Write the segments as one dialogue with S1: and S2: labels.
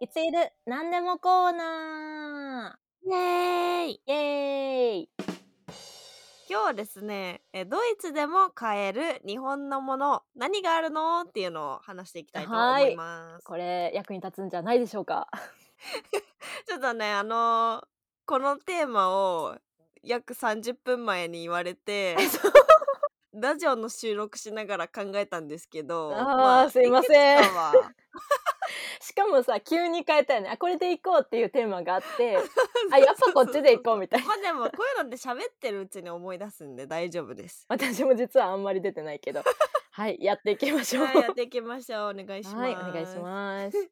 S1: いついる何でもコーナ
S2: イエーイ
S1: ーイエーイ
S2: 今日はですねえドイツでも買える日本のもの何があるのっていうのを話していきたいと思います
S1: これ役に立つんじゃないでしょうか
S2: ちょっとねあのーこのテーマを約30分前に言わ れて
S1: そ
S2: ラジオの収録しながら考えたんですけど
S1: あーすいません
S2: いくつかは
S1: しかもさ急に変えたよねあこれで行こうっていうテーマがあって あやっぱこっちで行こうみたいな
S2: まあでもこういうので喋ってるうちに思い出すんで大丈 夫です
S1: 私も実はあんまり出てない けどはいやっていきましょう
S2: はいやっていきましょうお願いします
S1: はいお願いし ます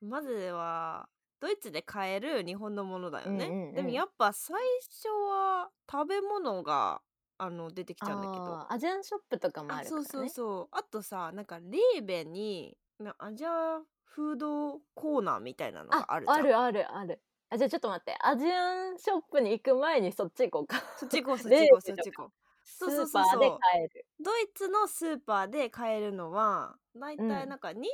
S2: まずはドイツで買える日本のものだよね、
S1: うんうんうん
S2: でもやっぱ最初は食べ物があの出てきちゃうんだけど
S1: あーアジアンショップとかもあ
S2: あ
S1: るから
S2: そう
S1: ね
S2: そうそうあとさなんかレーベになアジアフードコーナーみたいなのがあるじゃん
S1: あるあるあるあじゃあちょっと待ってアジアンショップに行く前にそっち行こうか
S2: そっち行こうそっ
S1: レー
S2: ち
S1: ベ
S2: 行こうそ
S1: と
S2: っ
S1: か
S2: ち行こう
S1: ス
S2: そうそう
S1: ー
S2: そ
S1: パ
S2: うそう
S1: ーで買える
S2: ドイツのスーパーで買えるのはだいた
S1: う
S2: い
S1: ん
S2: なんか日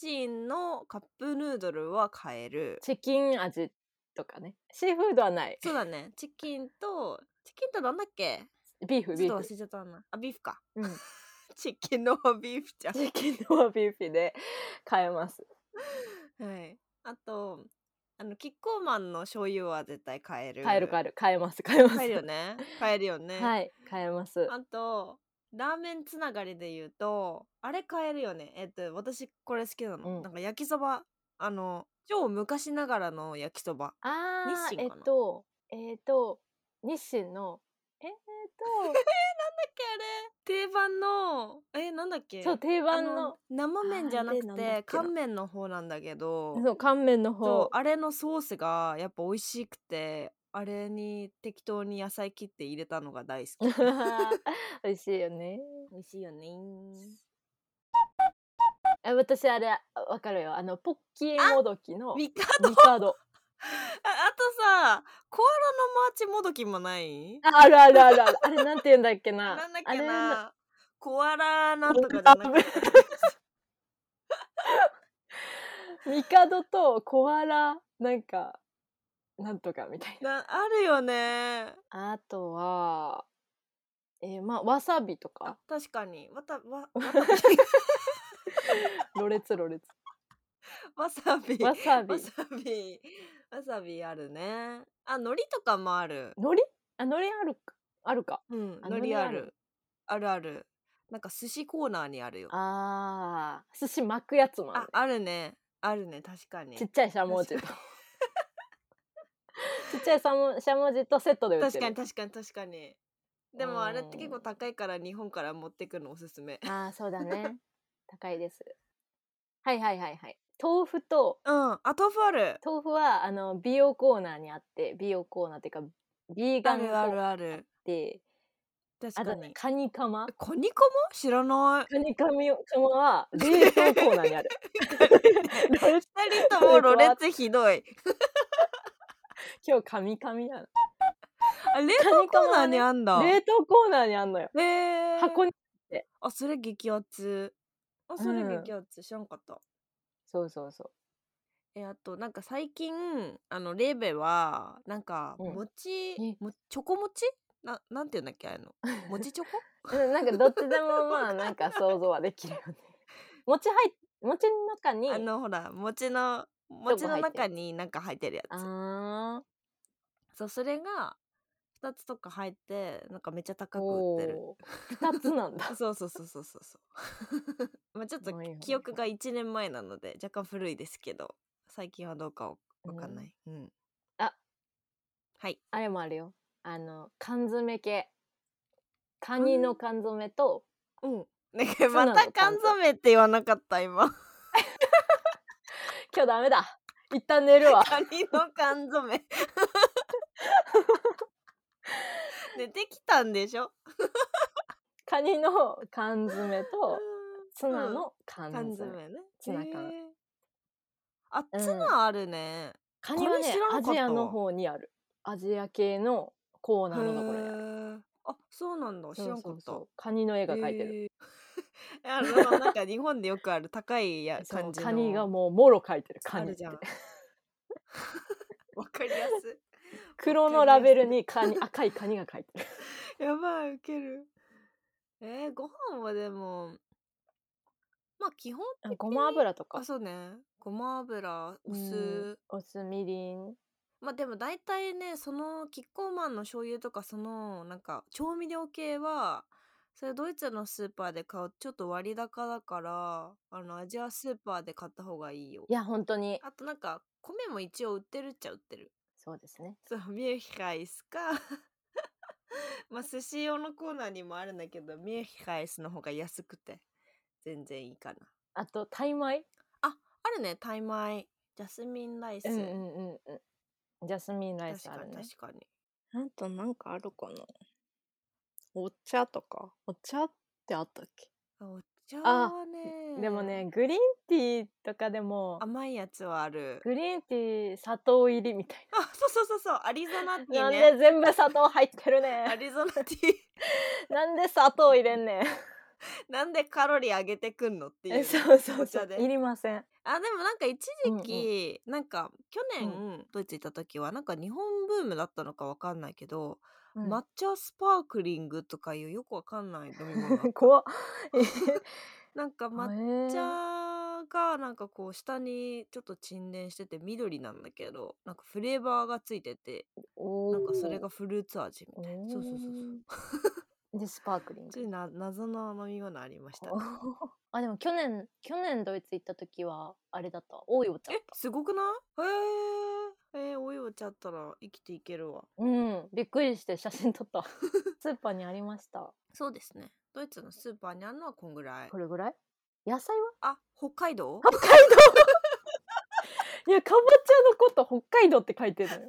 S2: 清のカップヌードルは買える、
S1: チキン味とかねシーフードはない
S2: そうだねチキンとチキンとなんだっけ
S1: ビーフ
S2: ちょ
S1: ビ
S2: っと
S1: ー
S2: 忘
S1: フ、
S2: れちゃったなあビーフか
S1: うん、
S2: チキンのビーフちゃ ん。
S1: チキンのはビーフで買えます
S2: はい。あと、あの、キッコーマンの醤油は絶対買える。
S1: 買える買える買えます買えます
S2: 買えるよね。 買えるよね。
S1: はい買えます
S2: あと、ラーメンつながりで言うと、あれ買えるよね。えっと、私これ好きなの。
S1: うん
S2: なんか焼きそば、あの、超昔ながらの焼きそば。
S1: あーえ
S2: 日清
S1: っ
S2: かな
S1: とえっと日清のえー、っ
S2: なんだっけあれ定番の、え、なんだっけ
S1: とそう定番
S2: あ
S1: の
S2: 生麺じゃなく
S1: あれなんだっけ
S2: て
S1: な
S2: 乾麺の方なんだけど
S1: そう乾麺の
S2: そう
S1: 方
S2: あれのソースがやっぱ美味しくてあれに適当に野菜切って入れたのが 大好き
S1: 美味しいよね
S2: 美味しいよね
S1: え私あれあわかるよあのポッキーもどきのミ
S2: ミカドあ
S1: カド
S2: あとさコアラのマーチもどきもない
S1: ああるあるあるあるあれなんて言うんだっけな
S2: なんだっ
S1: あ
S2: けなコアラなんとかじゃなくて
S1: れミカドとコアラなんかなんとかみたいな
S2: なあるよね
S1: あとはえー、まあわさびと
S2: あ
S1: か
S2: 確かにわたわ
S1: ろれつろれつ
S2: わさび
S1: わさび
S2: わさびわさびあるねあ海苔とかもある
S1: のりあのりあるかあるか
S2: うん
S1: あ
S2: 海苔あ
S1: 海苔
S2: るあるあるなんか寿司コーナーにあるよ
S1: あー寿司巻くやつもある
S2: あ、あるね。あるね、確かに。
S1: ちっちゃいしゃもじとちっちゃいしゃもしゃもじとセットで売って
S2: 確
S1: る
S2: かに確かに確かに。で
S1: う
S2: も
S1: ん
S2: あれって結構高いから日本から持ってくのおすすめ。
S1: ああそうだね高いですはいはいはいはい豆腐と
S2: うん。あ、豆腐ある。
S1: 豆腐はあの美容コーナーにあって美容コーナーっていうかビーガ
S2: あ
S1: ンコー
S2: るあ
S1: ナー
S2: る
S1: っ
S2: ある。
S1: てあ
S2: 確か
S1: と
S2: に。
S1: カニカマ
S2: コニカも知らない。
S1: カニカミカマ は冷凍コーナーにあるロレ
S2: 二人ともろれつひどい。
S1: 今日カミカミな
S2: あ、冷凍コーナーにあんだ。
S1: の冷凍コーナーにあんのよ
S2: へえ。
S1: 箱に
S2: あ、それ激アツ。あ、それ
S1: うん
S2: 激アツ。知らんかった。
S1: そうそうそう
S2: え、あと、なんか最近、あの、レーベは、なんか、
S1: うん
S2: 餅、
S1: え
S2: もチョコ餅な、なんて言うんだっけあれの。餅チョコ
S1: うんなんかどっちでも まあなんか想像はできるよね。餅入っ餅の中に
S2: あのほら餅の
S1: 入っ
S2: 餅
S1: てる
S2: の中になんか入ってるやつ
S1: あ
S2: そうそれが2つとか入ってなんかめっちゃ
S1: ー
S2: 高く売ってる
S1: おー二つなん だ。
S2: そうそうそうそうそうそう まあちょっと
S1: はいはいはい
S2: 記憶が1年前なので若干古いですけど最近はどうかわかんない、うん
S1: あ
S2: はい
S1: あれもあるよ。あの缶詰系カニの缶詰と
S2: うんなんか
S1: な
S2: ま
S1: の
S2: た缶詰って言わなかった今
S1: 今日ダメだ。一旦寝るわ。
S2: カニの缶詰出てきたん でしょ
S1: カニの缶詰とツナ
S2: うん
S1: の缶
S2: 缶
S1: 詰。
S2: 詰ね
S1: ツナ缶
S2: へーあ
S1: うん
S2: ツナあるね、
S1: カニは
S2: カニ
S1: ね
S2: 知らなか
S1: ア
S2: ったわ
S1: ジアの方にある。アジア系のコー
S2: へ
S1: ナーのところにある。
S2: ーあそうなんだ知らんかった
S1: う。カニの絵が描いてる。
S2: へー あのなんか日本でよくある高いや
S1: そう
S2: 感じの
S1: カニがもうもろ書いてるカ
S2: あ
S1: ニっ
S2: る
S1: て
S2: じゃん わかりやすい
S1: 黒のラベルにカニ赤いカニが書いてる
S2: やばい、ウケる。えー、ご飯はでも、ま あ基本的に。
S1: ごま油とか
S2: あ、そうね。ごま油、お
S1: う
S2: 酢
S1: ん。お酢みりん
S2: まあでも大体ね、そのキッコーマンの醤油とか、そのなんか調味料系は、それドイツのスーパーで買うちょっと割高だから、あの、アジアスーパーで買った方がいいよ
S1: い。や本当に
S2: あとなんか、米も一応売ってるっちゃ売ってる。
S1: そうですね
S2: そう、ミューヒカイスか。 まあ、寿司用のコーナーにもあるんだけど、ミューヒカイスの方が安くて、全然いいかな。
S1: あとタイ米
S2: あるね、タイ米、ジャスミンライス。
S1: うんうんうんうんジャスミンライ
S2: 確
S1: スあ
S2: か
S1: る
S2: に、
S1: ね
S2: 確かに。
S1: あとなんかあるかなお茶とかお茶ってあったっけ
S2: あお茶はね、
S1: でもね、グリーンティーとかでも
S2: 甘いやつはある。
S1: グリーンティー砂糖入りみたい
S2: あ、そうそうそうそう、アリゾナティ
S1: な、な
S2: ー
S1: ん
S2: ね。
S1: で全部砂糖入ってるね
S2: アリゾナティー。
S1: なんで砂糖入れんねん
S2: なんでカロリー上げてくんのっていうね、
S1: え そうそう
S2: お
S1: そ
S2: 茶
S1: う
S2: で。
S1: いりません
S2: あでもなんか一時
S1: う
S2: 期、なんか去年、ドイツ行った時はなんか日本ブームだったのかわかんないけど、
S1: うん
S2: 抹茶スパークリングとかいうよくわかんない飲み物 が
S1: 怖っ
S2: なんか 抹
S1: 抹
S2: 茶がなんかこう下にちょっと沈殿してて緑なんだけどなんかフレーバーがついててなんかそれがフルーツ味みたいなそうそうそうそう
S1: でスパークリン
S2: つい
S1: グ
S2: な謎の飲み物あり ましたね、
S1: あでも去年去年ドイツ行った時はあれだった多いお茶だっ
S2: えすごくないへえー、えー、お湯お茶あったら生きていけるわ
S1: たうんびっくりして写真撮った スーパーにありました
S2: そうですね。ドイツのスーパーにあるのはこんぐらい
S1: こ。れぐらい野菜は
S2: あ、北海 道
S1: 北海道いやかぼちゃのこと北海道って書いてるのよ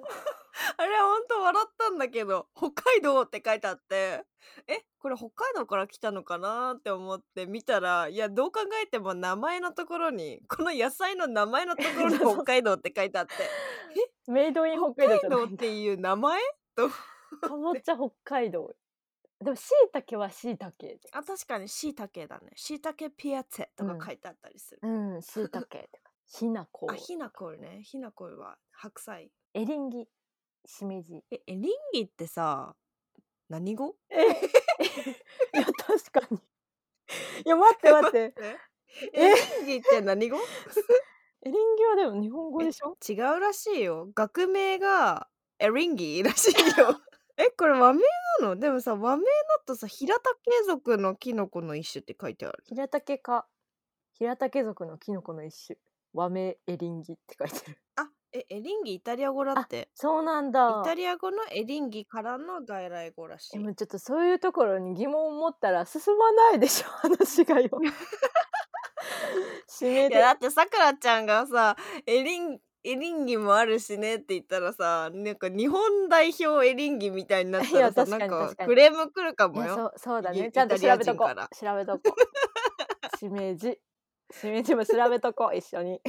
S2: あれ、ほんと笑ったんだけど、北海道って書いてあって、え、これ北海道から来たのかなって思って見たら、いや、どう考えても名前のところに、この野菜の名前のとこ ろに北海道って書いてあって、
S1: メイドイン北
S2: 北
S1: 海道じゃ
S2: 海
S1: な
S2: 道
S1: い
S2: っていう名前
S1: かぼちゃ北海道でもしいたけはしいたけ
S2: あ、確かに椎茸だね。椎茸ピアツェとか書いてあったりする。
S1: うんしいたけ ひなこ
S2: あ、ひなこルね。ひなこルは白菜。
S1: エリンギしめじ
S2: え、エリンギってさ、何語
S1: え いや確かに いや待って待って
S2: え
S1: え
S2: エリンギって何語
S1: エリンギはでも日本語でしょ
S2: 違うらしいよ学名がエリンギらしい よえこれ和名なのでもさ和名だとさ平田系族のキノコの一種って書いてある
S1: 平竹か平竹族のキノコの一種和名エリンギって書いてる
S2: あえエリンギイタリア語だって
S1: そうなん
S2: イ
S1: だ
S2: タリア語のエリンギからの外来語らし
S1: で
S2: い
S1: もちょっとそういうところに疑問を持ったら進まないでしょ話がよしめ
S2: い
S1: じ
S2: やだってさくらちゃんがさエリンエリンギもあるしねって言ったらさなんか日本代表エリンギみたいになった
S1: いや
S2: らさ
S1: 確か
S2: な
S1: に
S2: んか
S1: 確かに
S2: クレーム来るか
S1: い
S2: も
S1: や
S2: よ
S1: そうそうだ
S2: イ
S1: ね
S2: ギ
S1: ちゃんと
S2: イタ
S1: 調
S2: リア
S1: べと
S2: 人
S1: こ
S2: から
S1: 調べと こしめじしめじも調べと こ一緒に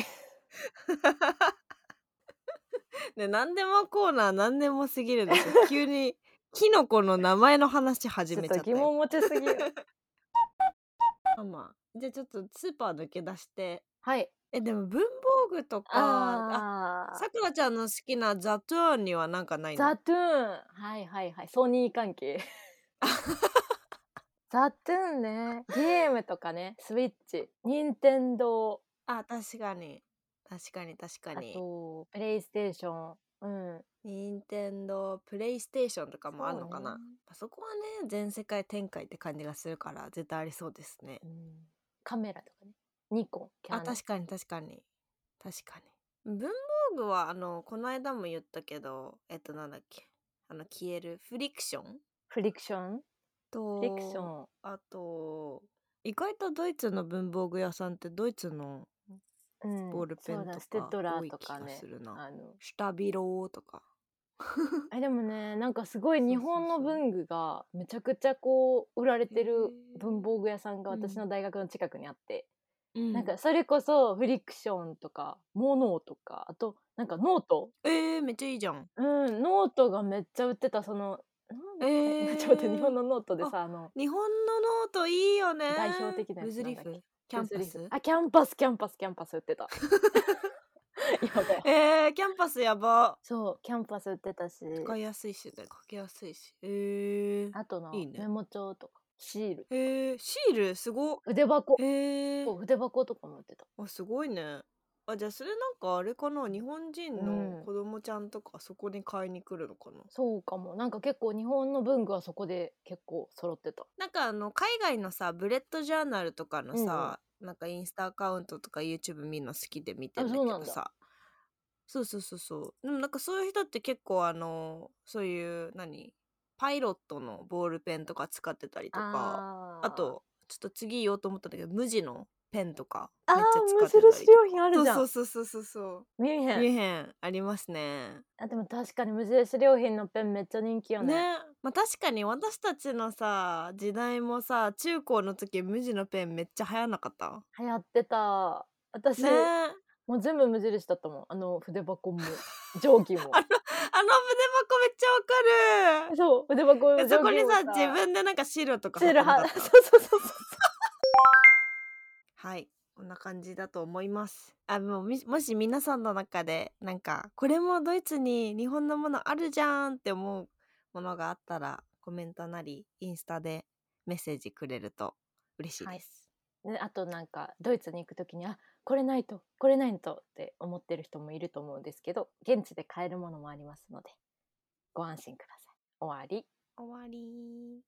S2: ね、何でもコーナー何でもすぎるんですよ急にキノコの名前の話始
S1: ちょっ
S2: めちゃ
S1: と
S2: った
S1: 疑
S2: よ
S1: 問持ちす ぎる
S2: まあまあじゃあちょっとスーパー抜け出して
S1: はい
S2: えでも文房具とかあ
S1: あ
S2: さくらちゃんの好きなザトゥーンにはなんかない
S1: ー
S2: の
S1: ザトゥーンはいはいはいソニー関 係ザトゥーンねゲームとかねスイッチ任天堂
S2: あ確かに確かに確か
S1: あ
S2: に
S1: とプレイステーションうん
S2: 任天堂プレイステーションとかもあるのかな、
S1: そうね
S2: パソコンはね全世界展開って感じがするから絶対ありそうですね
S1: うんカメラとかねニコンキャ
S2: あ
S1: ノン
S2: 確かに確かに確かに文房具はあのこの間も言ったけどえっとなんだっけあの消えるフリクション
S1: フリクション
S2: と
S1: フリクション
S2: あと意外とドイツの文房具屋さんってドイツの
S1: うん
S2: ボールペン
S1: そうだステ
S2: と
S1: ッド
S2: か
S1: ラ
S2: 多
S1: ー
S2: い
S1: と
S2: 気
S1: か
S2: が
S1: ね
S2: するな、
S1: あの
S2: シュタビローとか
S1: あでもねなんかすごい
S2: そう
S1: 日
S2: そうそう
S1: 本の文具がめちゃくちゃこう売られて
S2: へ
S1: る
S2: ー
S1: 文房具屋さんが
S2: うん
S1: 私の大学の近くにあって、
S2: な
S1: なんかそれこそフリクションとかモノーとかあとなんかノート
S2: えー、めっちゃいいじゃん
S1: うんノートがめっちゃ売ってたそのなん
S2: えー、
S1: ちょっと日本のノートでさあの
S2: 日本のノートいいよね
S1: 代表的なやつ
S2: ルズリ
S1: なんだっ
S2: ー
S1: け
S2: フキャンパ
S1: ユーリ
S2: ス
S1: ーあキャンパスキャンパスキャンパス売って たやばい
S2: えー、キャンパスやば
S1: そうキャンパス売ってたし
S2: 使いやすいしね書きやすいしえー、
S1: あとの
S2: いいね
S1: メモ帳とかシール
S2: えー、シールすご
S1: 筆箱
S2: え
S1: そう
S2: ー、
S1: 筆箱とかも売ってた
S2: あすごいねあじゃあそれなんかあれかな日本人
S1: うん
S2: の子供ちゃんとかそこに買いに来るのかな、
S1: そうかもなんか結構日本の文具はそこで結構揃ってた
S2: なんかあの海外のさブレッドジャーナルとかのさ、なんかインスタアカウントとか YouTube みんな好きで見てんだ
S1: あ
S2: け
S1: そうなん
S2: ど
S1: だ
S2: さそうそうそうそうでもなんかそういう人って結構あのそういう何パイロットのボールペンとか使ってたりとか
S1: あ
S2: あとちょっと次言おうと思ったんだけど無地のペンとか
S1: あー
S2: めっちゃ
S1: 無
S2: 使ってたり
S1: 印良品ある
S2: と
S1: じ
S2: か
S1: ゃん
S2: そうそうそうそうそう
S1: ミュンヘ
S2: そう
S1: ン
S2: 見えへんありますね
S1: あでも確かに無印良品のペンめっちゃ人気よね
S2: ねまあ、確かに私たちのさ時代もさ中高の時無地のペンめっちゃ流行んなか った
S1: 流行ってた私、
S2: ねあの
S1: もう全部無印だったもんあの筆箱も定規 も
S2: 筆箱めっちゃわかる
S1: そう筆箱も定
S2: え
S1: 規も
S2: そこにさ自分でなんか白とか
S1: シ
S2: 貼
S1: ー
S2: って
S1: ル
S2: なか
S1: は
S2: っ
S1: そう
S2: た
S1: そうそうそう
S2: はいこんな感じだと思いますあもうみもし皆さんの中でなんかこれもドイツに日本のものあるじゃんって思うものがあったらコメントなりインスタでメッセージくれると嬉しいです、
S1: ね、あとなんかドイツに行くときにあこれないとこれないとって思ってる人もいると思うんですけど現地で買えるものもありますのでご安心ください終わり
S2: 終わり